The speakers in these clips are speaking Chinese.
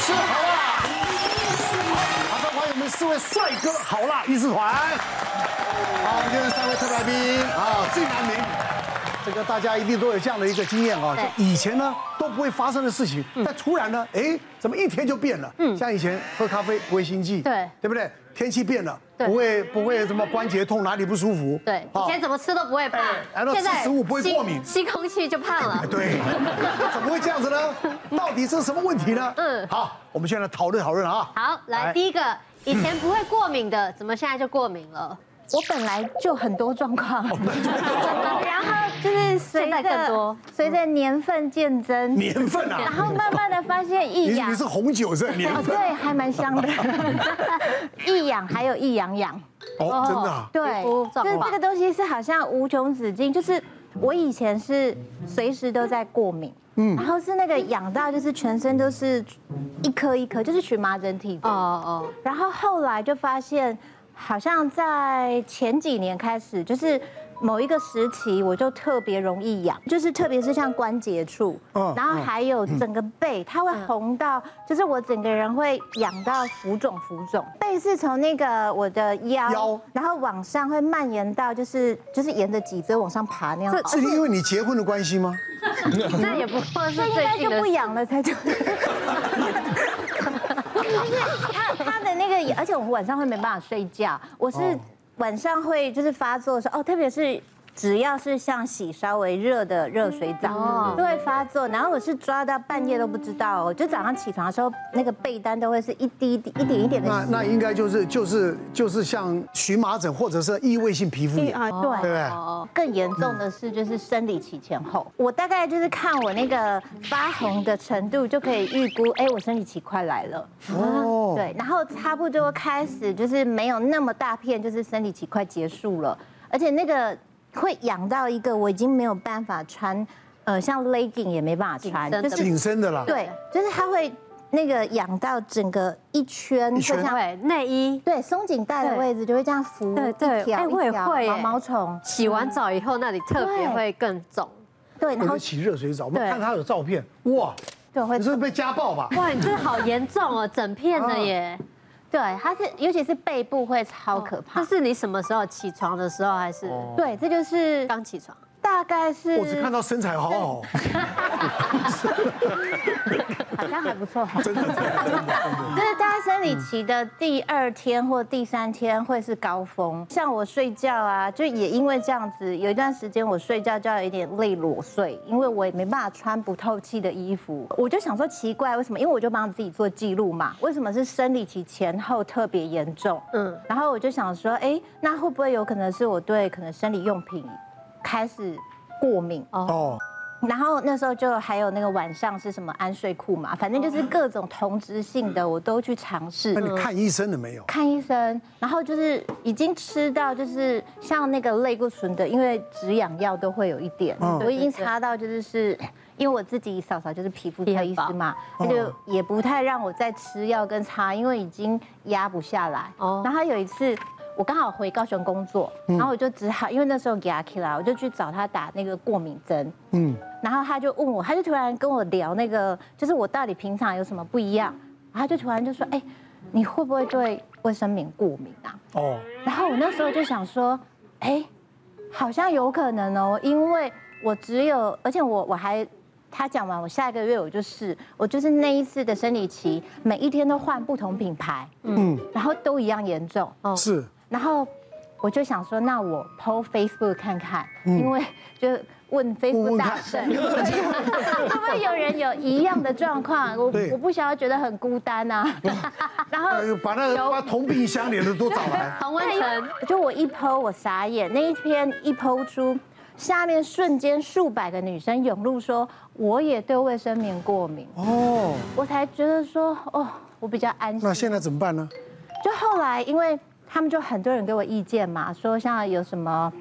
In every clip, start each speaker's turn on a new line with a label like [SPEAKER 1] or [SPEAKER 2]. [SPEAKER 1] 吃好辣！麻烦欢迎我们四位帅哥好辣一字团。好，我们今天三位特别来宾啊，最难明。这个大家一定都有这样的一个经验啊，
[SPEAKER 2] 对
[SPEAKER 1] 就以前呢都不会发生的事情，但突然呢，哎，怎么一天就变了？嗯，像以前喝咖啡不会心悸，
[SPEAKER 2] 对
[SPEAKER 1] 对不对？天气变了，
[SPEAKER 2] 对
[SPEAKER 1] 不会不会什么关节痛，哪里不舒服？
[SPEAKER 2] 对，以前怎么吃都不会胖
[SPEAKER 1] 哎，然后
[SPEAKER 2] 现在
[SPEAKER 1] 吃食物不会过敏
[SPEAKER 2] 吸吸空气就胖了
[SPEAKER 1] 哎。 对，怎么会这样子呢？到底是什么问题呢？嗯
[SPEAKER 2] 嗯，
[SPEAKER 1] 好，我们现在来讨论讨论啊。
[SPEAKER 2] 好，来第一个，以前不会过敏的，怎么现在就过敏了？
[SPEAKER 3] 我本来就很多状况，
[SPEAKER 1] 哦
[SPEAKER 2] 然后
[SPEAKER 3] 就是随
[SPEAKER 2] 现在更
[SPEAKER 3] 着
[SPEAKER 2] 多
[SPEAKER 3] 随着年份渐增，
[SPEAKER 1] 年份
[SPEAKER 3] 然
[SPEAKER 1] 啊，
[SPEAKER 3] 后慢慢的发现
[SPEAKER 1] 你
[SPEAKER 3] 异
[SPEAKER 1] 你
[SPEAKER 3] 痒
[SPEAKER 1] 是，红酒是年
[SPEAKER 3] 哦
[SPEAKER 1] 份
[SPEAKER 3] 对，还蛮 香的，异痒还有异痒痒，
[SPEAKER 1] 哦，真的啊，
[SPEAKER 2] 皮
[SPEAKER 3] 对，
[SPEAKER 2] 肤
[SPEAKER 3] 就
[SPEAKER 2] 状
[SPEAKER 3] 是
[SPEAKER 2] 况
[SPEAKER 3] 这个东西是好像无穷止境，就是我以前是随时都在过敏。嗯，然后是那个痒到就是全身都是一颗一颗，就是荨麻疹体质。
[SPEAKER 2] 哦哦，
[SPEAKER 3] 然后后来就发现，好像在前几年开始，就是某一个时期，我就特别容易痒，就是特别是像关节处，
[SPEAKER 1] 嗯
[SPEAKER 3] 然后还有整个背，它会红到，就是我整个人会痒到浮肿浮肿。背是从那个我的腰，
[SPEAKER 1] 腰
[SPEAKER 3] 然后往上会蔓延到，就是就是沿着脊椎往上爬那样。
[SPEAKER 2] 这
[SPEAKER 1] 是因为你结婚的关系吗？
[SPEAKER 2] 那也不过是
[SPEAKER 3] 这应
[SPEAKER 2] 最
[SPEAKER 3] 该
[SPEAKER 2] 近
[SPEAKER 3] 就
[SPEAKER 2] 的
[SPEAKER 3] 不。痒 了才对。就是他他的那个，而且我晚上会没办法睡觉，我是
[SPEAKER 1] 哦
[SPEAKER 3] 晚上会就是发作的时候，哦，特别是。只要是像洗稍微热的热水澡
[SPEAKER 2] 哦，
[SPEAKER 3] 都会发作。然后我是抓到半夜都不知道哦，就早上起床的时候，那个被单都会是一滴一滴一点一点的
[SPEAKER 1] 那那应该就是就是就是像荨麻疹或者是异位性皮肤炎，
[SPEAKER 3] 啊，对
[SPEAKER 1] 对不对？
[SPEAKER 2] 哦，
[SPEAKER 3] 更严重的是，就是生理期前后，我大概就是看我那个发红的程度，就可以预估，哎，我生理期快来了。
[SPEAKER 1] 哦
[SPEAKER 3] 哦，对，然后差不多开始就是没有那么大片，就是生理期快结束了，而且那个会痒到一个我已经没有办法穿，呃，像 legging 也没办法穿，
[SPEAKER 2] 紧身
[SPEAKER 3] 就
[SPEAKER 2] 的
[SPEAKER 3] 是
[SPEAKER 1] 紧身的啦，
[SPEAKER 3] 对，就是它会那个痒到整个一圈，
[SPEAKER 1] 一圈
[SPEAKER 3] 会像
[SPEAKER 2] 对，哦内衣
[SPEAKER 3] 对松紧带的位置就会这样浮
[SPEAKER 2] 对
[SPEAKER 3] 一
[SPEAKER 2] 对
[SPEAKER 3] 条
[SPEAKER 2] 哎
[SPEAKER 3] 一
[SPEAKER 2] 我也
[SPEAKER 3] 条
[SPEAKER 2] 会
[SPEAKER 3] 毛
[SPEAKER 2] 耶
[SPEAKER 3] 毛虫，
[SPEAKER 2] 洗完澡以后，那里特别会更肿。
[SPEAKER 3] 对，
[SPEAKER 1] 我
[SPEAKER 3] 然后
[SPEAKER 1] 们洗热水澡，我们
[SPEAKER 2] 对
[SPEAKER 1] 看他有照片，哇，
[SPEAKER 3] 对会
[SPEAKER 1] 你是不是被家暴吧？
[SPEAKER 2] 哇，你这好严重哦，整片的耶。
[SPEAKER 3] 对，它是尤其是背部会超可怕。
[SPEAKER 2] 这是你什么时候起床的时候，还是
[SPEAKER 3] 对，这就是
[SPEAKER 2] 刚起床？
[SPEAKER 3] 大概是
[SPEAKER 1] 哦我只看到身材好好，
[SPEAKER 3] 好像还不错，
[SPEAKER 1] 真的真的真的，
[SPEAKER 3] 就是大概生理期的第二天或第三天会是高峰。像我睡觉啊，就也因为这样子，有一段时间我睡觉就要有一点累裸睡，因为我也没办法穿不透气的衣服。我就想说奇怪，为什么？因为我就帮自己做记录嘛，为什么是生理期前后特别严重？嗯
[SPEAKER 2] 嗯，
[SPEAKER 3] 然后我就想说，哎，那会不会有可能是我对可能生理用品开始过敏？
[SPEAKER 1] 哦，
[SPEAKER 3] 然后那时候就还有那个晚上是什么安睡裤嘛，反正就是各种同质性的我都去尝试
[SPEAKER 1] 那。你看医生了没有？
[SPEAKER 3] 看医生，然后就是已经吃到，就是像那个类固醇的，因为止痒药都会有一点，
[SPEAKER 1] 嗯
[SPEAKER 3] 我已经擦到，就是是因为我自己嫂嫂就是皮肤科医师嘛，
[SPEAKER 1] 皮
[SPEAKER 3] 他
[SPEAKER 1] 很薄
[SPEAKER 3] 就也不太让我再吃药跟擦，因为已经压不下来。
[SPEAKER 2] 哦
[SPEAKER 3] 然后有一次我刚好回高雄工作，然后我就只好因为那时候给阿 K 啦，我就去找他打那个过敏针，
[SPEAKER 1] 嗯，
[SPEAKER 3] 然后他就问我，他就突然跟我聊那个，就是我到底平常有什么不一样，然后他就突然就说，哎，你会不会对卫生棉过敏啊？
[SPEAKER 1] 哦，
[SPEAKER 3] 然后我那时候就想说，哎，好像有可能哦，因为我只有，而且我我还。他讲完，我下一个月我就是我就是那一次的生理期，每一天都换不同品牌，嗯，然后都一样严重，
[SPEAKER 1] 是，
[SPEAKER 3] 然后我就想说，那我 PO Facebook 看看，因为就问
[SPEAKER 1] 问看
[SPEAKER 3] Facebook 大神，会不会有人有一样的状况？我
[SPEAKER 1] 对
[SPEAKER 3] 我不想要觉得很孤单啊。 然后
[SPEAKER 1] 呃把那把同病相怜的都找来，
[SPEAKER 2] 同温层，
[SPEAKER 3] 就我一 PO 我傻眼，那一天一 PO 出，下面瞬间数百个女生涌入说，我也对卫生棉过敏，
[SPEAKER 1] 哦，
[SPEAKER 3] 我才觉得说，哦，我比较安心
[SPEAKER 1] 那。现在怎么办呢？
[SPEAKER 3] 就后来，因为他们就很多人给我意见嘛，说像有什么，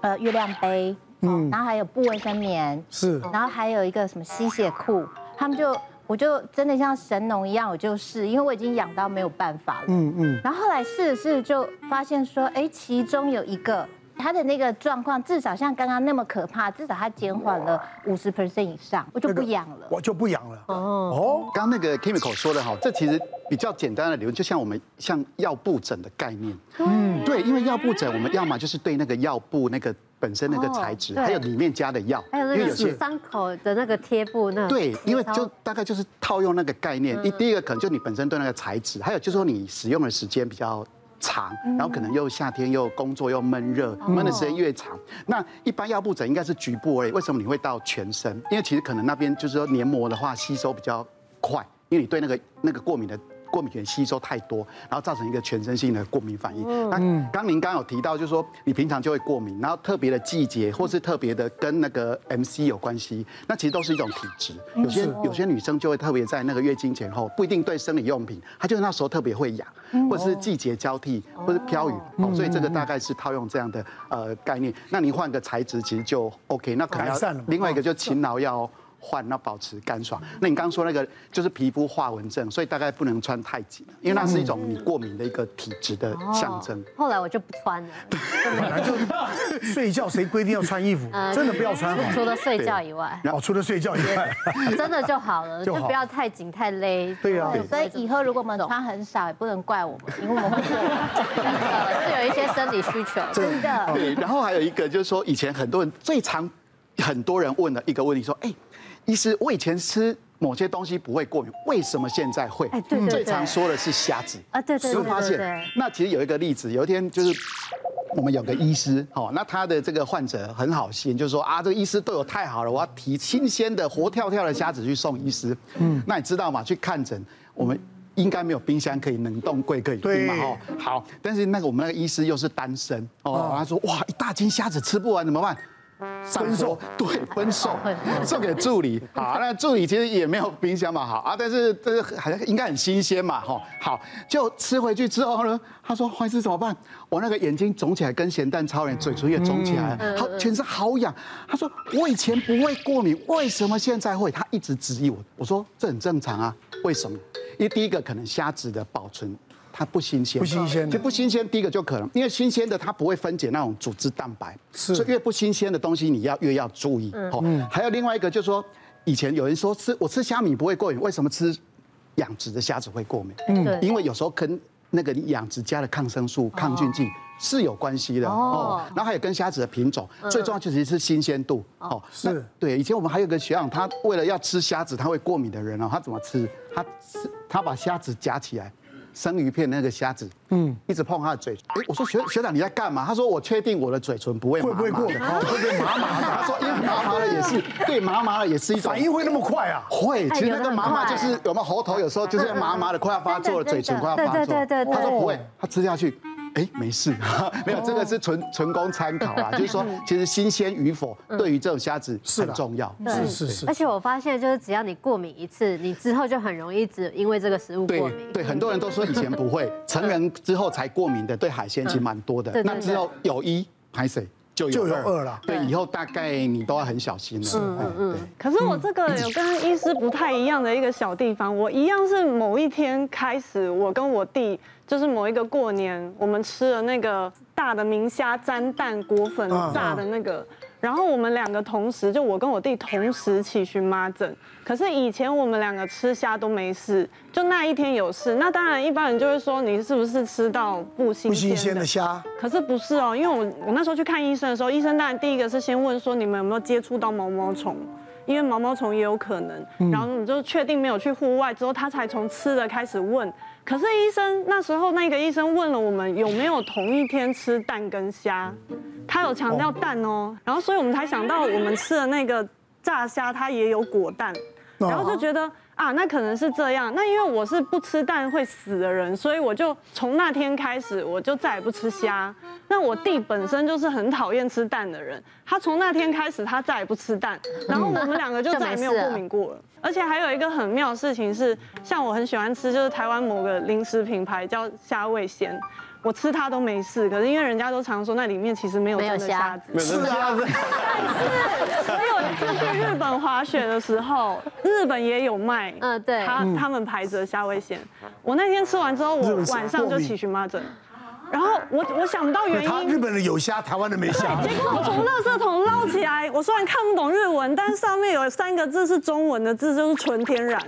[SPEAKER 3] 呃，月亮杯，嗯，然后还有布卫生棉，
[SPEAKER 1] 是
[SPEAKER 3] 然后还有一个什么吸血裤，他们就我就真的像神农一样，我就试，因为我已经痒到没有办法了，
[SPEAKER 1] 嗯嗯，
[SPEAKER 3] 然后后来试了试，就发现说，哎，其中有一个他的那个状况至少像刚刚那么可怕，至少他减缓了五十 percent 以上，我就不痒了。
[SPEAKER 1] 我就不痒了。哦
[SPEAKER 4] 刚刚那个 Kimiko 说的好，这其实比较简单的理论，就像我们像药布疹的概念。嗯，对，因为药布疹，我们要么就是对那个药布那个本身那个材质，
[SPEAKER 2] 哦对
[SPEAKER 4] 还有里面加的药，
[SPEAKER 2] 还有
[SPEAKER 4] 因
[SPEAKER 2] 那
[SPEAKER 4] 为
[SPEAKER 2] 个
[SPEAKER 4] 有些。
[SPEAKER 2] 伤口的那个贴布那
[SPEAKER 4] 对，因为就
[SPEAKER 2] 超
[SPEAKER 4] 大概就是套用那个概念，
[SPEAKER 2] 嗯
[SPEAKER 4] 一第一个可能就你本身对那个材质，还有就是说你使用的时间比较长，
[SPEAKER 2] 嗯
[SPEAKER 4] 然后可能又夏天又工作又闷热，
[SPEAKER 2] 哦
[SPEAKER 4] 闷的时间越长，那一般药布疹应该是局部而已，为什么你会到全身？因为其实可能那边就是说黏膜的话吸收比较快，因为你对那个那个过敏的。过敏原吸收太多，然后造成一个全身性的过敏反应。
[SPEAKER 1] 嗯
[SPEAKER 4] 那刚您刚有提到，就是说你平常就会过敏，然后特别的季节或是特别的跟那个 MC 有关系，那其实都是一种体质。
[SPEAKER 1] 嗯
[SPEAKER 4] 有些有些女生就会特别在那个月经前后，不一定对生理用品，她就那时候特别会痒，
[SPEAKER 1] 嗯
[SPEAKER 4] 或
[SPEAKER 1] 哦
[SPEAKER 4] 者是季节交替，或是飘雨。哦，所以这个大概是套用这样的呃概念。那你换个材质其实就 OK，那可能
[SPEAKER 1] 改善了
[SPEAKER 4] 要
[SPEAKER 1] 嘛
[SPEAKER 4] 另外一个就勤劳要换，那保持干爽。那你刚刚说那个就是皮肤花纹症，所以大概不能穿太紧，因为那是一种你过敏的一个体质的象征。
[SPEAKER 2] 哦后来我就不穿了，
[SPEAKER 1] 本来就睡觉，谁规定要穿衣服？
[SPEAKER 2] 啊
[SPEAKER 1] 真的不要穿
[SPEAKER 2] 呃除
[SPEAKER 1] 好。
[SPEAKER 2] 了睡觉以外，啊
[SPEAKER 1] 哦，除了睡觉以外，
[SPEAKER 2] 真的就好 了，
[SPEAKER 1] 就
[SPEAKER 2] 就
[SPEAKER 1] 好
[SPEAKER 2] 不要太紧太勒。
[SPEAKER 1] 对啊
[SPEAKER 3] 对，所以以后如果我们穿很少，也不能怪我们，因为我 们会 过敏
[SPEAKER 2] 呃是有一些生理需求，
[SPEAKER 3] 真的。
[SPEAKER 4] 对，然后还有一个就是说，以前很多人最常很多人问的一个问题，说，哎，医师，我以前吃某些东西不会过敏，为什么现在会？
[SPEAKER 2] 哎对对
[SPEAKER 4] 最
[SPEAKER 2] 对
[SPEAKER 4] 常说的是虾子
[SPEAKER 2] 啊对对
[SPEAKER 4] 有没
[SPEAKER 2] 对
[SPEAKER 4] 有发
[SPEAKER 2] 对
[SPEAKER 4] 现
[SPEAKER 2] 对？
[SPEAKER 4] 那其实有一个例子，有一天就是。我们有个医师，哦，那他的这个患者很好心，就说啊，这个医师对我太好了，我要提新鲜的活跳跳的虾子去送医师。嗯，那你知道吗？去看诊，我们应该没有冰箱可以冷冻柜可以冰嘛，
[SPEAKER 1] 对
[SPEAKER 4] 哦，好，但是那个我们那个医师又是单身哦，他说哇，一大斤虾子吃不完怎么办？分售对分售送给助理好，那助理其实也没有冰箱嘛，好啊，但是这个还应该很新鲜嘛，哈，好，就吃回去之后呢，他说黄医师怎么办？我那个眼睛肿起来，跟咸蛋超人，嘴唇也肿起来了，好，全身好痒。他说我以前不会过敏，为什么现在会？他一直质疑我，我说这很正常啊，为什么？因为第一个可能虾子的保存它不新鲜，
[SPEAKER 1] 不新鲜的
[SPEAKER 4] 就不新鲜。第一个就可能，因为新鲜的它不会分解那种组织蛋白，
[SPEAKER 1] 是
[SPEAKER 4] 所以越不新鲜的东西你要越要注意。哦，还有另外一个就是说，以前有人说吃我吃虾米不会过敏，为什么吃养殖的虾子会过敏？
[SPEAKER 2] 对
[SPEAKER 4] 因为有时候跟那个你养殖加的抗生素、抗菌剂是有关系的哦
[SPEAKER 2] 哦。
[SPEAKER 4] 然后还有跟虾子的品种，最重要就是是新鲜度哦。那
[SPEAKER 1] 是
[SPEAKER 4] 对，以前我们还有个学长，他为了要吃虾子，他会过敏的人哦，他怎么吃？他吃他把虾子夹起来。生鱼片那个虾子，嗯，一直碰他的嘴。哎，我说学学长你在干嘛？他说我确定我的嘴唇不会麻
[SPEAKER 1] 会
[SPEAKER 4] 麻
[SPEAKER 1] 不会过敏？
[SPEAKER 4] 的
[SPEAKER 1] 哦会不会麻麻的？
[SPEAKER 4] 他说因为麻麻的也是对麻麻的也是一种
[SPEAKER 1] 反应会那么快啊？
[SPEAKER 4] 会，
[SPEAKER 2] 哎
[SPEAKER 4] 其实那
[SPEAKER 2] 有
[SPEAKER 4] 个
[SPEAKER 2] 的很
[SPEAKER 4] 麻麻就
[SPEAKER 2] 快嗯
[SPEAKER 4] 是有没有喉头，有时候就是麻麻的，快要发作了，
[SPEAKER 3] 真的
[SPEAKER 4] 嘴唇快要发作。
[SPEAKER 2] 对对对对对
[SPEAKER 4] 他说不会，他吃下去。哎，没事， 没有，这个是
[SPEAKER 2] 哦
[SPEAKER 4] 纯纯供参考 啦。就是
[SPEAKER 2] 嗯
[SPEAKER 4] 说，其实新鲜与否，对于这种虾子
[SPEAKER 1] 是
[SPEAKER 4] 很
[SPEAKER 1] 啦
[SPEAKER 4] 重
[SPEAKER 2] 嗯
[SPEAKER 4] 要。
[SPEAKER 1] 是是是
[SPEAKER 2] 而。且我发现，就是只要你过敏一次，你之后就很容易只因为这个食物
[SPEAKER 4] 对
[SPEAKER 2] 过敏。嗯
[SPEAKER 4] 对，很多人都说以前不会，成人之后才过敏的，对海鲜其实蛮多的
[SPEAKER 2] 对。对
[SPEAKER 4] 那之后有一海水就
[SPEAKER 1] 就有
[SPEAKER 4] 有
[SPEAKER 1] 二了
[SPEAKER 4] 对，以后大概你都要很小心了。嗯嗯。对
[SPEAKER 5] 可是我这个
[SPEAKER 1] 嗯
[SPEAKER 5] 有跟医师不太一样的一个小地方，我一样是某一天开始，我跟我弟就是某一个过年，我们吃了那个大的明虾沾蛋果粉
[SPEAKER 1] 嗯
[SPEAKER 5] 炸的那个，然后我们两个同时，就我跟我弟同时起荨麻疹。可是以前我们两个吃虾都没事，就那一天有事。那当然，一般人就会说你是不是吃到不新
[SPEAKER 1] 不新鲜
[SPEAKER 5] 鲜
[SPEAKER 1] 的
[SPEAKER 5] 的
[SPEAKER 1] 虾，
[SPEAKER 5] 可是不是哦，因为我我那时候去看医生的时候，医生当然第一个是先问说你们有没有接触到毛毛虫，因为毛毛虫也有可能。然后你就确定没有去户外之后，他才从吃的开始问。可是医生那时候那个医生问了我们有没有同一天吃蛋跟虾，他有强调蛋哦，然后所以我们才想到我们吃的那个炸虾它也有果蛋，
[SPEAKER 1] 哦
[SPEAKER 5] 然后
[SPEAKER 2] 嗯
[SPEAKER 5] 就觉得啊，那可能是这样。那因为我是不吃蛋会死的人，所以我就从那天开始，我就再也不吃虾。那我弟本身就是很讨厌吃蛋的人，他从那天开始，他再也不吃蛋。然后我们两个就
[SPEAKER 2] 嗯就
[SPEAKER 5] 再也没有
[SPEAKER 2] 没事
[SPEAKER 5] 过
[SPEAKER 2] 了
[SPEAKER 5] 敏过了。而且还有一个很妙的事情是，像我很喜欢吃，就是台湾某个零食品牌叫虾味鲜。我吃它都没事，可是因为人家都常说那里面其实没有
[SPEAKER 2] 没
[SPEAKER 5] 真
[SPEAKER 2] 有
[SPEAKER 5] 的
[SPEAKER 2] 虾
[SPEAKER 5] 虾子，
[SPEAKER 1] 是啊，
[SPEAKER 5] 所以我有一次去日本滑雪的时候，日本也有卖，
[SPEAKER 2] 嗯对
[SPEAKER 5] 他他们牌子的虾味鲜。我那天吃完之后，我
[SPEAKER 1] 日本是
[SPEAKER 5] 晚上
[SPEAKER 1] 过
[SPEAKER 5] 就
[SPEAKER 1] 敏
[SPEAKER 5] 起荨麻疹。然后我我想不到原
[SPEAKER 1] 他日
[SPEAKER 5] 因。
[SPEAKER 1] 本的有虾，台湾的没虾。
[SPEAKER 5] 结果我从垃圾桶捞起来，我虽然看不懂日文，但是上面有三个字是中文的字，就是纯天然。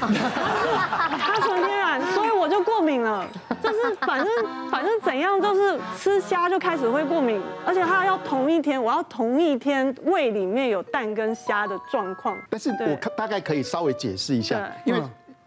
[SPEAKER 5] 它纯天然，所以我就过敏了。就是反正反正怎样，就是吃虾就开始会过敏，而且它要同一天，我要同一天胃里面有蛋跟虾的状况。
[SPEAKER 4] 但是
[SPEAKER 5] 对
[SPEAKER 4] 我看大概可以稍微解释一下，因
[SPEAKER 1] 嗯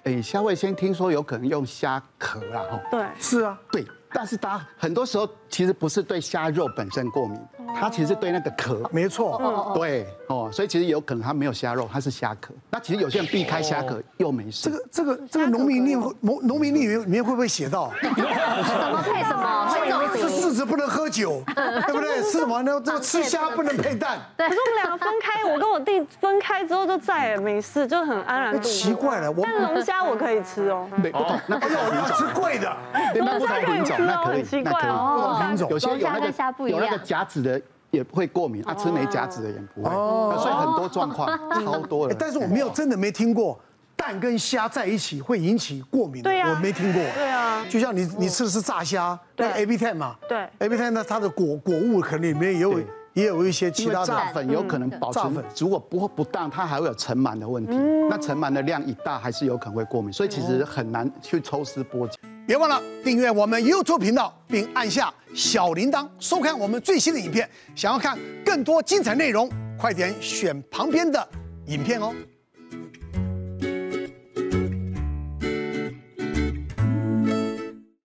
[SPEAKER 4] 为诶，虾味先听说有可能用虾壳啦，哈，
[SPEAKER 5] 对
[SPEAKER 1] 是啊，
[SPEAKER 4] 对，但是大家很多时候其实不是对虾肉本身过敏，它其实是对那个壳。
[SPEAKER 1] 没错，
[SPEAKER 4] 对哦，所以其实有可能它没有虾肉，它是虾壳。那其实有些人避开虾壳又没事。
[SPEAKER 1] 哦这个这个这个农民历农农民历里面里面会不会写到？
[SPEAKER 3] 什么配什么会中
[SPEAKER 1] 吃
[SPEAKER 3] 毒？
[SPEAKER 1] 柿子不能喝酒，对不对？吃什么呢？这个吃虾不能配蛋，
[SPEAKER 5] 可是我们两个分开，我跟我弟分开之后就再也没事，就很安然度过。
[SPEAKER 1] 哎奇怪了我
[SPEAKER 5] 但龙虾我可以吃哦，
[SPEAKER 4] 对，不同，那不同
[SPEAKER 1] 我
[SPEAKER 4] 品
[SPEAKER 1] 要
[SPEAKER 4] 种
[SPEAKER 1] 啊吃，贵的。
[SPEAKER 4] 对那不同品种，那可
[SPEAKER 5] 很
[SPEAKER 4] 以
[SPEAKER 5] 奇，
[SPEAKER 4] 那
[SPEAKER 5] 怪
[SPEAKER 4] 可以。
[SPEAKER 1] 哦品种
[SPEAKER 4] 有些有
[SPEAKER 3] 龙虾
[SPEAKER 4] 那
[SPEAKER 3] 跟虾
[SPEAKER 4] 个
[SPEAKER 3] 不一
[SPEAKER 4] 有
[SPEAKER 3] 样
[SPEAKER 4] 那个夹子的也会过敏，啊，吃没夹子的也不会，所以很多状况超多
[SPEAKER 1] 哎
[SPEAKER 4] 了。
[SPEAKER 1] 哦但是我没有真的没听过蛋跟虾在一起会引起过敏的，
[SPEAKER 5] 对呀
[SPEAKER 1] 我没听过。
[SPEAKER 5] 对啊
[SPEAKER 1] 就像你你吃的是炸虾，那
[SPEAKER 5] 对
[SPEAKER 1] A B 肽嘛，
[SPEAKER 5] 对
[SPEAKER 1] ，A B 肽呢它的果果物可能里面也有
[SPEAKER 4] 对
[SPEAKER 1] 也有一些
[SPEAKER 4] 因
[SPEAKER 1] 其
[SPEAKER 4] 为
[SPEAKER 1] 他
[SPEAKER 4] 炸
[SPEAKER 1] 的，
[SPEAKER 4] 粉有可能保
[SPEAKER 1] 炸
[SPEAKER 4] 存
[SPEAKER 1] 粉，
[SPEAKER 4] 如果不不当，它还会有尘螨的问题。那尘螨的量一大，还是有可能会过敏，所以其实很难去抽丝剥茧。
[SPEAKER 1] 别忘了订阅我们 YouTube 频道，并按下小铃铛收看我们最新的影片。想要看更多精彩内容，快点选旁边的影片哦。